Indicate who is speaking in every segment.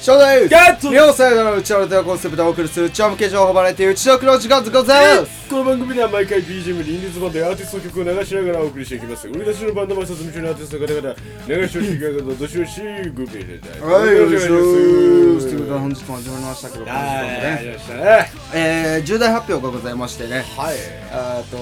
Speaker 1: 初代
Speaker 2: ゲッツ
Speaker 1: 両サイドの内輪ではコンセプトをお送りする内輪向け情報バラエティ内枠の時間でございます
Speaker 2: この番組では毎回 BGM にインディーズバンドやアーティストの曲を流しながらお送りしていきます売り出しのバンドマンさつみ中のアーティストの方々流しをしていきながらどしどしご協力いただき
Speaker 1: はいよいしょーということで
Speaker 2: は
Speaker 1: 本日も始まりましたけどこの時間も
Speaker 2: い
Speaker 1: ね
Speaker 2: よいしょね
Speaker 1: えー重大発表がございましてね
Speaker 2: はい
Speaker 1: えーっと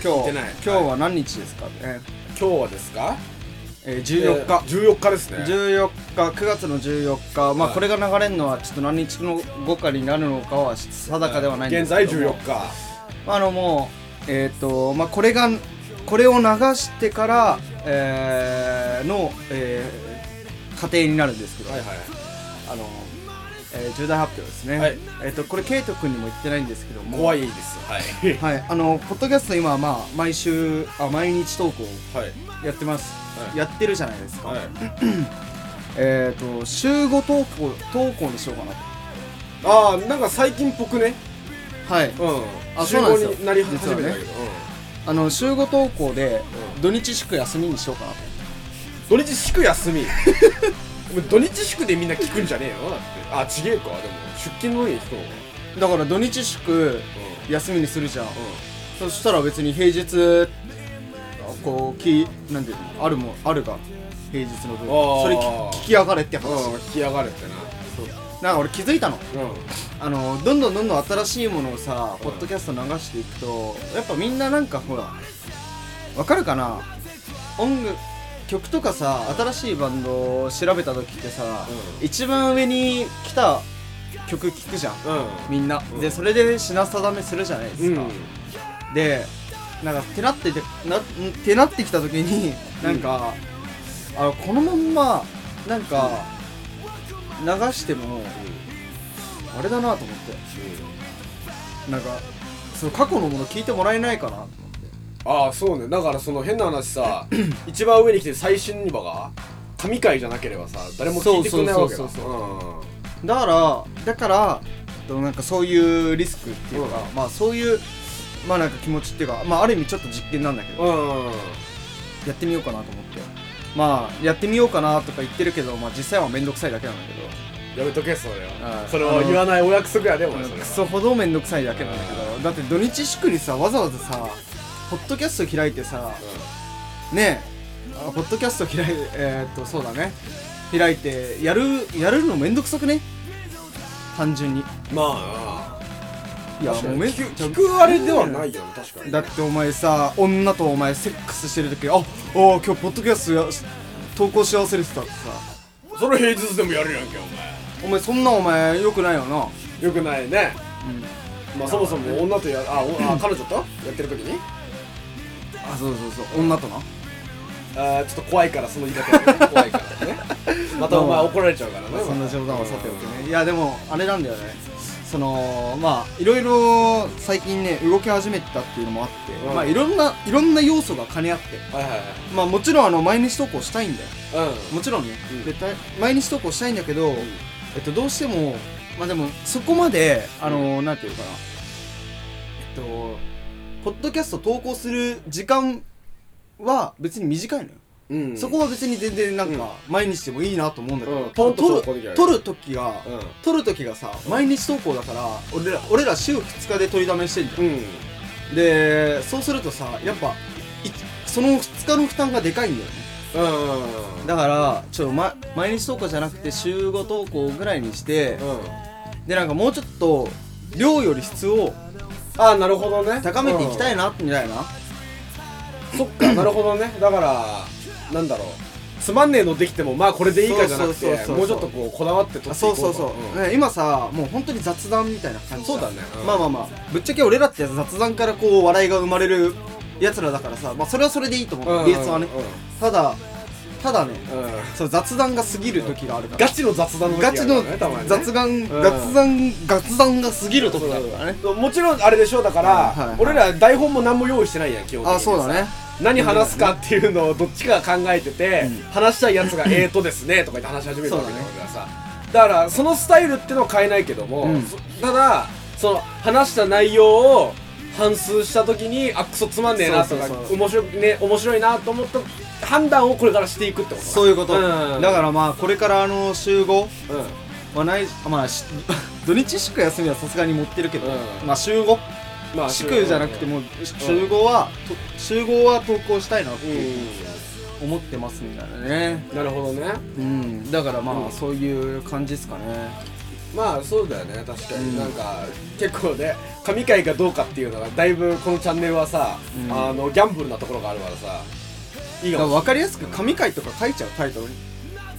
Speaker 2: 聞い
Speaker 1: 今日
Speaker 2: てない
Speaker 1: 今日は何日ですかね
Speaker 2: 今日はですか
Speaker 1: えー14日
Speaker 2: 14日ですね
Speaker 1: 14日9月の14日まあ
Speaker 2: はい
Speaker 1: これが流れるのはちょっと何日の後かになるのかは定かではないんです
Speaker 2: 現
Speaker 1: けども
Speaker 2: 在14日
Speaker 1: あのもうえっ、とまあこれがこれを流してから、えーの、えー、過程になるんですけど、
Speaker 2: はいはい
Speaker 1: あの、えー重大発表ですね、
Speaker 2: はい
Speaker 1: えっとこれケイト君にも言ってないんですけども
Speaker 2: 怖いですはい
Speaker 1: はいあのポッドキャスト今はまあ毎週あ毎日投稿
Speaker 2: はい
Speaker 1: やってます、
Speaker 2: はい
Speaker 1: やってるじゃないですか、
Speaker 2: はい
Speaker 1: えっ、と週5投稿投稿にしようかな
Speaker 2: ああなんか最近っぽくね
Speaker 1: とはい
Speaker 2: うん
Speaker 1: あそうなんですよ
Speaker 2: 集合になり始めたけど
Speaker 1: あの週5投稿で
Speaker 2: う
Speaker 1: 土日祝休みにしようかなと
Speaker 2: 土日祝休みお前土日祝でみんな聞くんじゃねえよだってあちげえかでも出勤の時に聞くのか
Speaker 1: だから土日祝休みにするじゃん、
Speaker 2: う
Speaker 1: そしたら別に平日こうきなんていうのあるもんあるが平日の分
Speaker 2: あー
Speaker 1: それ聞き聞きやがれって話、
Speaker 2: んうんうん来やがれって
Speaker 1: なんか俺気づいたの
Speaker 2: なうん
Speaker 1: あのどんどんどんどん新しいものをさポッドキャスト流していくとやっぱみんななんかほらわかるかな音楽曲とかさ新しいバンドを調べた時ってさ、
Speaker 2: う
Speaker 1: 一番上に来た曲聞くじゃんみんな、
Speaker 2: うん
Speaker 1: でそれで品定めするじゃないで
Speaker 2: う
Speaker 1: す
Speaker 2: ん
Speaker 1: か、
Speaker 2: うん
Speaker 1: でなんかてなっててなてなってきた時になんか、あのこのまんまなんか流してもあれだなと思ってなんかその過去のもの聞いてもらえないかなと思って
Speaker 2: ああそうねだからその変な話 さ一番上に来て最新話が神回じゃなければさ誰も聞いてくれないわけだ
Speaker 1: そううんそうそうだからだからえっとなんかそういうリスクっていうか、
Speaker 2: う
Speaker 1: まあそういうまあなんか気持ちっていうかまあある意味ちょっと実験なんだけど、
Speaker 2: うん
Speaker 1: やってみようかなと思ってまあやってみようかなとか言ってるけどまあ実際はめんどくさいだけなんだけど
Speaker 2: やめとけそれは
Speaker 1: うん
Speaker 2: それは言わないお約束やでもそれ
Speaker 1: ク
Speaker 2: は
Speaker 1: ソほどめんどくさいだけなんだけどだって土日祝にさわざわざさポッドキャスト開いてさねえあポッドキャスト開いえー、っとそうだね開いてやるやるのめんどくさくね単純に
Speaker 2: うんまあ
Speaker 1: いやもうめん
Speaker 2: 聞く聞くあれではないよ確かに
Speaker 1: だってお前さ女とお前セックスしてる時ああ今日ポッドキャストや投稿し忘れてたってさ
Speaker 2: それ平日でもやるやんけお前
Speaker 1: お前そんなお前よくないよな
Speaker 2: よくないね
Speaker 1: うん
Speaker 2: まあそもそも女とやあお あ彼女とやってる時に
Speaker 1: あそうそうそう女とな
Speaker 2: あーちょっと怖いからその言い 方ね怖いからねまたお前怒られちゃうからね
Speaker 1: そんな冗談はさておき
Speaker 2: うん
Speaker 1: ねいやでもあれなんだよねそのまあいろいろ最近ね動き始めたっていうのもあって、
Speaker 2: うん
Speaker 1: まあいろんないろんな要素が兼ね合って
Speaker 2: はいはいはい
Speaker 1: まあもちろんあの毎日投稿したいんだよ
Speaker 2: うん
Speaker 1: もちろんね、
Speaker 2: うん
Speaker 1: 絶対毎日投稿したいんだけど、えっとどうしてもまあでもそこまであの、なんていうかなえっとポッドキャスト投稿する時間は別に短いのよ
Speaker 2: うん
Speaker 1: そこは別に全然なんか毎日でもいいなと思うんだけど、
Speaker 2: うんポンと投稿
Speaker 1: 撮
Speaker 2: でき
Speaker 1: る
Speaker 2: る
Speaker 1: 撮る時が、
Speaker 2: うん
Speaker 1: 撮る時がさ毎日投稿だから俺ら俺ら週2日で撮りだめしてんじゃ
Speaker 2: うん
Speaker 1: んでそうするとさやっぱいその2日の負担がでかいんだよね
Speaker 2: うん
Speaker 1: だからちょっと、ま、毎日投稿じゃなくて週5投稿ぐらいにして
Speaker 2: うん
Speaker 1: でなんかもうちょっと量より質を
Speaker 2: あーなるほどね
Speaker 1: 高めていきた
Speaker 2: い
Speaker 1: いなみたいな
Speaker 2: そっかなるほどねだからなんだろうつまんねえのできてもまあこれでいいかじゃなく
Speaker 1: そうそうそう
Speaker 2: て
Speaker 1: そう
Speaker 2: もうちょっとこうこだわって撮っていこ
Speaker 1: あ
Speaker 2: う
Speaker 1: そうそうそう、
Speaker 2: ん
Speaker 1: ね今さもう本当に雑談みたいな感じじゃん
Speaker 2: そうだねうん
Speaker 1: まあまあまあぶっちゃけ俺らって雑談からこう笑いが生まれるやつらだからさまあそれはそれでいいと思う、
Speaker 2: うん
Speaker 1: ベースはね、
Speaker 2: う
Speaker 1: ただただね、
Speaker 2: んうん
Speaker 1: そう雑談が過ぎる時があるから、
Speaker 2: ガチの雑談の時あ
Speaker 1: ガ
Speaker 2: る
Speaker 1: チ
Speaker 2: よ
Speaker 1: の
Speaker 2: ねたまにね
Speaker 1: 雑談、
Speaker 2: ん
Speaker 1: 雑談雑談が過ぎる時があるからね
Speaker 2: もちろんあれでしょうだから、
Speaker 1: うんはい
Speaker 2: 俺ら台本も何も用意してないやん基本的に
Speaker 1: あそうだね
Speaker 2: 何話すかっていうのをどっちかが考えてて、話したいやつが「えーとです ね」とか言って話し始めるわけだ
Speaker 1: そうだね
Speaker 2: からさだからそのスタイルってのは変えないけども、
Speaker 1: うん
Speaker 2: そただその話した内容を反数した時にあくそつまんねえなとか
Speaker 1: そうそうそう
Speaker 2: 面白くね面白いなと思った判断をこれからしていくってことだ
Speaker 1: そういうこと、
Speaker 2: ん
Speaker 1: だからまあこれからあの集合
Speaker 2: うん
Speaker 1: はないまあし 土日祝休みはさすがに持ってるけど、
Speaker 2: うん
Speaker 1: まあ週5
Speaker 2: ま
Speaker 1: 祝じゃなくてもう週5は、と週5は投稿したいなっ
Speaker 2: う
Speaker 1: て
Speaker 2: ん
Speaker 1: 思ってますんだよね
Speaker 2: なるほどね
Speaker 1: うんだからまあ、
Speaker 2: うん
Speaker 1: そういう感じですかね
Speaker 2: まあそうだよね確かに、
Speaker 1: うん
Speaker 2: なんか結構ね神回かどうかっていうのがだいぶこのチャンネルはさ、
Speaker 1: うん
Speaker 2: あのギャンブルなところがあるからさいい
Speaker 1: だか
Speaker 2: か
Speaker 1: ら
Speaker 2: も
Speaker 1: 分かりやすく神回とか書いちゃうタイトルに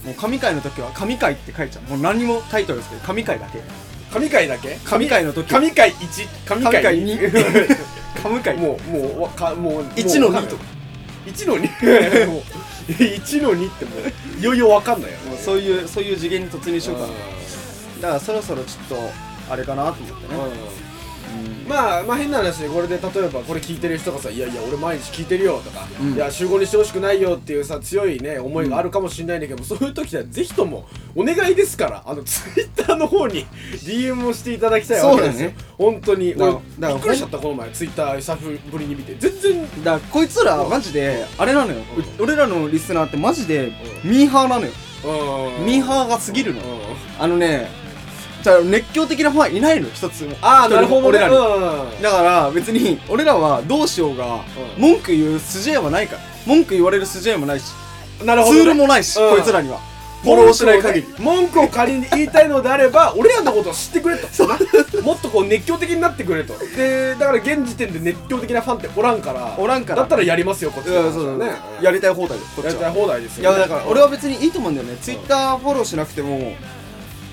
Speaker 1: もう神回の時は神回って書いちゃうもう何もタイトルですけど神回だけ
Speaker 2: 神回だけ
Speaker 1: 神回の時
Speaker 2: 神回1神
Speaker 1: 神
Speaker 2: 回
Speaker 1: 回
Speaker 2: 2
Speaker 1: 2神回
Speaker 2: もうもうわかもう
Speaker 1: 1の2とか
Speaker 2: か1の 2もう1の2ってもういよいよわかんないよね
Speaker 1: もうそういうそういう次元に突入しようかな
Speaker 2: う
Speaker 1: だからそろそろちょっとあれかなと思ってね
Speaker 2: んうんまあ、まあ変な話でこれで例えばこれ聞いてる人がさ「いやいや俺毎日聞いてるよ」とか「
Speaker 1: うん
Speaker 2: いや集合にしてほしくないよ」っていうさ強いね思いがあるかもしれないんだけど、そういう時はぜひともお願いですからあのツイッターの方に DM をしていただきたいわけですよ、
Speaker 1: そうだね
Speaker 2: 本当に
Speaker 1: だ
Speaker 2: 俺
Speaker 1: からだから
Speaker 2: びっくりしちゃったこの前ツイッター久しぶりに見て全然
Speaker 1: だからこいつらマジであれなのよ、
Speaker 2: う
Speaker 1: う俺らのリスナーってマジで
Speaker 2: う
Speaker 1: ミーハーなのよ、ミー
Speaker 2: ー
Speaker 1: ハーが過ぎるの、
Speaker 2: うん
Speaker 1: あのねじゃあ熱狂的なファンいないの一つも
Speaker 2: ああなるほど
Speaker 1: 俺
Speaker 2: ね
Speaker 1: らに
Speaker 2: うん
Speaker 1: だから別に俺らはどうしようが
Speaker 2: うん
Speaker 1: 文句言う筋合いはないから文句言われる筋合いもないし
Speaker 2: な
Speaker 1: ツ
Speaker 2: るほどね
Speaker 1: ールもないし、
Speaker 2: うん
Speaker 1: こいつらにはフォローしない限り
Speaker 2: 文句を仮に言いたいのであれば俺らのことを知ってくれともっとこう熱狂的になってくれとでだから現時点で熱狂的なファンっておらんから
Speaker 1: おらんから
Speaker 2: だったらやりますよこっち
Speaker 1: う
Speaker 2: の話は
Speaker 1: んそう
Speaker 2: ね
Speaker 1: だねやりたい放題でこ
Speaker 2: や
Speaker 1: っ
Speaker 2: り
Speaker 1: ち
Speaker 2: たい
Speaker 1: は
Speaker 2: 放題です
Speaker 1: い
Speaker 2: よ、
Speaker 1: や
Speaker 2: ね、
Speaker 1: だから俺は別にいいと思うんだよねツイッターフォローしなくても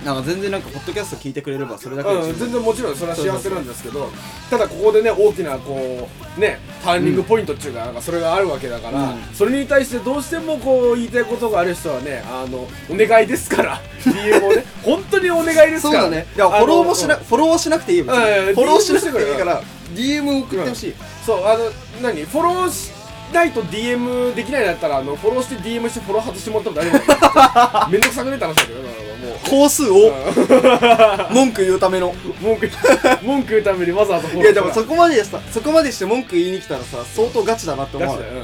Speaker 1: なんか全然なんかポッドキャスト聞いてくれればそれだけで
Speaker 2: うん、全然もちろんそれは幸せなんですけどただここでね大きなこうねターニングポイントっていうかなんかそれがあるわけだから、
Speaker 1: うん
Speaker 2: それに対してどうしてもこう言いたいことがある人はねあのお願いですから DM をね本当にお願いです
Speaker 1: そう
Speaker 2: から
Speaker 1: だねいやフォローもしな、フォローはしなくていいよ別に
Speaker 2: うんうん
Speaker 1: フォローし
Speaker 2: DM
Speaker 1: なくていいから
Speaker 2: し
Speaker 1: DM 送ってほしい、
Speaker 2: そうあの何フォローしないと DM できないんだったらあのフォローして DM してフォロー外してもらっても大丈夫だ よめんどくさくねえって話だけどなもう
Speaker 1: 工数を 文句言うための
Speaker 2: 文 句文句言うためにわざわざフォ
Speaker 1: い
Speaker 2: ロー
Speaker 1: やでもそこまでさそこまでして文句言いに来たらさ相当ガチだなって
Speaker 2: ガ
Speaker 1: 思
Speaker 2: チ
Speaker 1: うよ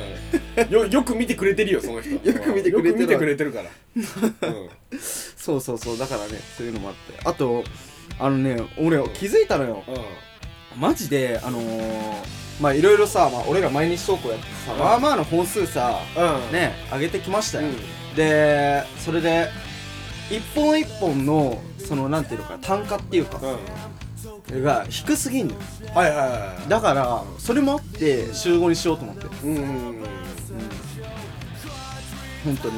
Speaker 2: だよ、うん、よよく見てくれてるよその人
Speaker 1: よく見てくれてる
Speaker 2: よく見てくれてるから、うん
Speaker 1: そうそうそうだからねそういうのもあってあとあのね俺気づいたのよ
Speaker 2: うん
Speaker 1: マジであのー、まあいろいろさ、まあ、俺ら毎日投稿やってさ、
Speaker 2: うん
Speaker 1: まあまあの本数さ
Speaker 2: うん
Speaker 1: ね上げてきました
Speaker 2: う
Speaker 1: よ、
Speaker 2: ん
Speaker 1: でそれで一本一本のそのなんていうのか単価っていうか、
Speaker 2: うん
Speaker 1: が低すぎんのよ
Speaker 2: はいはいはい
Speaker 1: だからそれもあって集合にしようと思ってうん
Speaker 2: うんうんうん
Speaker 1: 本当に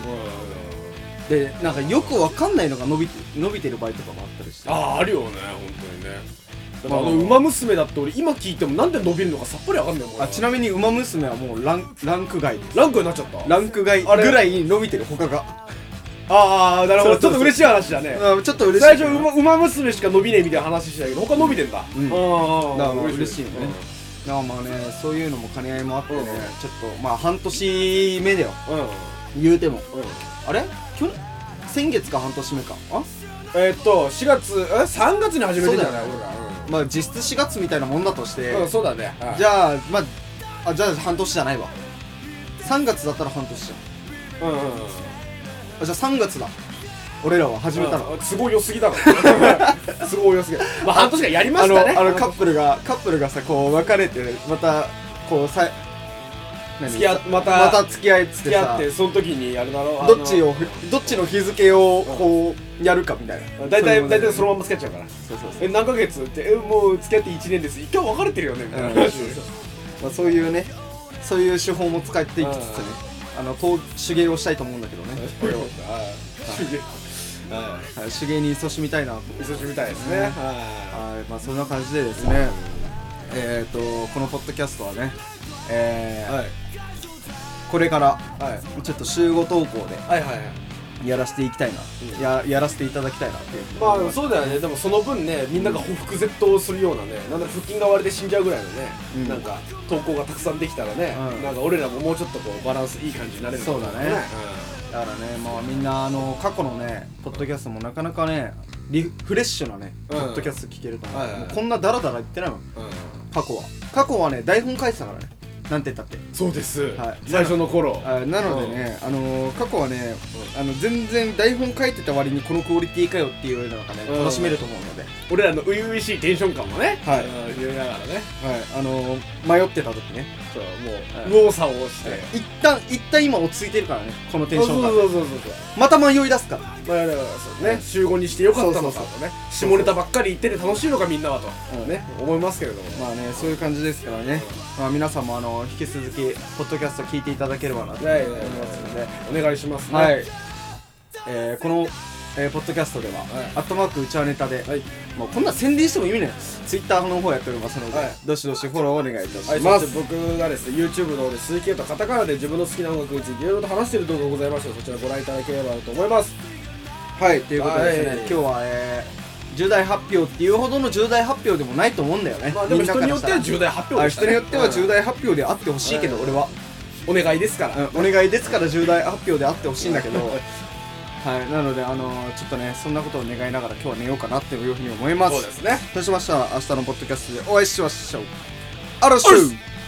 Speaker 1: でなんかよくわかんないのが伸びて伸びてる場合とかもあったりして
Speaker 2: あああるよね本当にねだからあの
Speaker 1: まあまあ
Speaker 2: 馬娘だって俺今聞いてもなんで伸びるのかさっぱりわかんないもん
Speaker 1: あちなみに「ウマ娘」はもうランランク外です
Speaker 2: ランクになっちゃった
Speaker 1: ランク外
Speaker 2: あれ
Speaker 1: ぐらいに伸びてる他が
Speaker 2: ああなるほどち
Speaker 1: そ
Speaker 2: ょ
Speaker 1: うそうそう
Speaker 2: っと嬉しい話だね
Speaker 1: うんちょっと嬉しい
Speaker 2: 最初馬馬娘しか伸びねえみたいな話してたけど他伸びてんだ
Speaker 1: うん
Speaker 2: あー
Speaker 1: だからまあ嬉しいよねなあまあねそういうのも兼ね合いもあってね
Speaker 2: うん
Speaker 1: ちょっとまあ半年目だよ
Speaker 2: うんうん
Speaker 1: 言うても
Speaker 2: うん
Speaker 1: あれ去年先月か半年目かあ
Speaker 2: えーっと4月え3月に始めてんじゃない
Speaker 1: そう
Speaker 2: 俺ら
Speaker 1: まあ実質4月みたいなもんだとして
Speaker 2: うんうんそうだね
Speaker 1: じゃあまああじゃあ半年じゃないわ3月だったら半年じゃん
Speaker 2: あうんうんうん
Speaker 1: あじゃあ3月だ俺らは始めたの
Speaker 2: うん都合良すぎだろ 都合良すぎだまあ半年間やりま
Speaker 1: あ
Speaker 2: し
Speaker 1: の
Speaker 2: たね
Speaker 1: あのカップルがカップルがさこう別れてまたこうさ何
Speaker 2: 付き合っまた
Speaker 1: また付き合いっつっ
Speaker 2: 付
Speaker 1: て
Speaker 2: き合
Speaker 1: さ
Speaker 2: ってその時にやるだろあの
Speaker 1: どっちをふどっちの日付をこうやるかみたいな
Speaker 2: 大体
Speaker 1: だ
Speaker 2: 大
Speaker 1: いた
Speaker 2: 体
Speaker 1: い
Speaker 2: そのまんま付き合っちゃうから
Speaker 1: そうそうそう
Speaker 2: え何ヶ月ってえもう付き合って1年です一回別れてるよねみたいな
Speaker 1: うん
Speaker 2: 話
Speaker 1: まあ、そういうねそういう手法も使っていきつつね
Speaker 2: うん
Speaker 1: あのこう手芸をしたいと思うんだけどね
Speaker 2: これを
Speaker 1: は
Speaker 2: はい
Speaker 1: い手芸に勤しみたいなと
Speaker 2: 味噌汁みたいですね
Speaker 1: うん
Speaker 2: は
Speaker 1: はいまあそんな感じでですねえっ、とこのポッドキャストはねえー
Speaker 2: はい
Speaker 1: これから
Speaker 2: はい
Speaker 1: ちょっと週5投稿で
Speaker 2: はいはいはい
Speaker 1: やらせていきたいな、
Speaker 2: うん
Speaker 1: ややらせていただきたいなっていうふうに
Speaker 2: ま
Speaker 1: 思い
Speaker 2: あ
Speaker 1: ます
Speaker 2: そうだよねでもその分ねみんなが報復絶倒するようなねなんだ腹筋が割れて死んじゃうぐらいのね、
Speaker 1: うん
Speaker 2: なんか投稿がたくさんできたらね、
Speaker 1: うん
Speaker 2: なんか俺らももうちょっとこうバランスいい感じになれる
Speaker 1: そうだねだからねまあみんなあの過去のねポッドキャストもなかなかねリフレッシュなね、
Speaker 2: うん
Speaker 1: ポッドキャスト聞けると思う、
Speaker 2: はいはいはい
Speaker 1: もうこんなダラダラ言ってないもん
Speaker 2: うん、うん
Speaker 1: 過去は過去はね台本書いてたからねなんて言ったって
Speaker 2: そうです、
Speaker 1: はい
Speaker 2: 最初の頃
Speaker 1: あなのでね、あのー過去はね、あの全然台本書いてた割にこのクオリティかよっていうようなのがね、
Speaker 2: うん
Speaker 1: 楽しめると思うので、
Speaker 2: 俺らの初々しいテンション感もね、
Speaker 1: はい
Speaker 2: うん入れながらね
Speaker 1: はいあのー迷ってた時ね、
Speaker 2: そうも
Speaker 1: はいう
Speaker 2: 右往左往して、
Speaker 1: 一旦一旦今落ち着いてるからねこのテンションが
Speaker 2: そうそうそうそうそう
Speaker 1: また迷い出すから、
Speaker 2: まあだからそうね集合にしてよかったのか
Speaker 1: そう
Speaker 2: とね下ネタばっかり言ってて楽しいのかみんなはと
Speaker 1: ね
Speaker 2: ね思いますけれども
Speaker 1: まあねそういう感じですからね、まあ、皆さんもあの引き続きポッドキャスト聞いていただければなと思い
Speaker 2: はい
Speaker 1: ますので、
Speaker 2: お願いしますね
Speaker 1: はい、えーこの、えーポッドキャストでは、
Speaker 2: はい
Speaker 1: アットマークうちわネタで、
Speaker 2: はい
Speaker 1: もうこんな宣伝しても意味ないツイッターの方やっておりますので、
Speaker 2: はい
Speaker 1: どしどしフォローお願いいたし
Speaker 2: はい、
Speaker 1: ま
Speaker 2: そ
Speaker 1: す
Speaker 2: して僕がですね YouTube の方で鈴木優とカタカナで自分の好きな音楽についていろいろと話している動画がございましたのでそちらご覧いただければと思います
Speaker 1: はいということでですね、
Speaker 2: はい
Speaker 1: 今日は、えー重大発表っていうほどの重大発表でもないと思うんだよね、
Speaker 2: まあでも
Speaker 1: みんな
Speaker 2: 人
Speaker 1: から
Speaker 2: によ
Speaker 1: し
Speaker 2: ったて
Speaker 1: ら
Speaker 2: は重大発
Speaker 1: あ
Speaker 2: 表でし
Speaker 1: 人
Speaker 2: たね
Speaker 1: によっては重
Speaker 2: 大
Speaker 1: 大発表であってほしいけど、
Speaker 2: うん
Speaker 1: 俺は、
Speaker 2: お願いですから、
Speaker 1: うんお願いですから重大発表であってほしいんだけど はいなのであのーちょっとねそんなことを願いながら今日は寝ようかなっていうふうに思います
Speaker 2: そうですね
Speaker 1: そうしましたら明日のポッドキャストでお会いしましょうあらっし
Speaker 2: あらっ
Speaker 1: ゅ
Speaker 2: しゅ
Speaker 1: う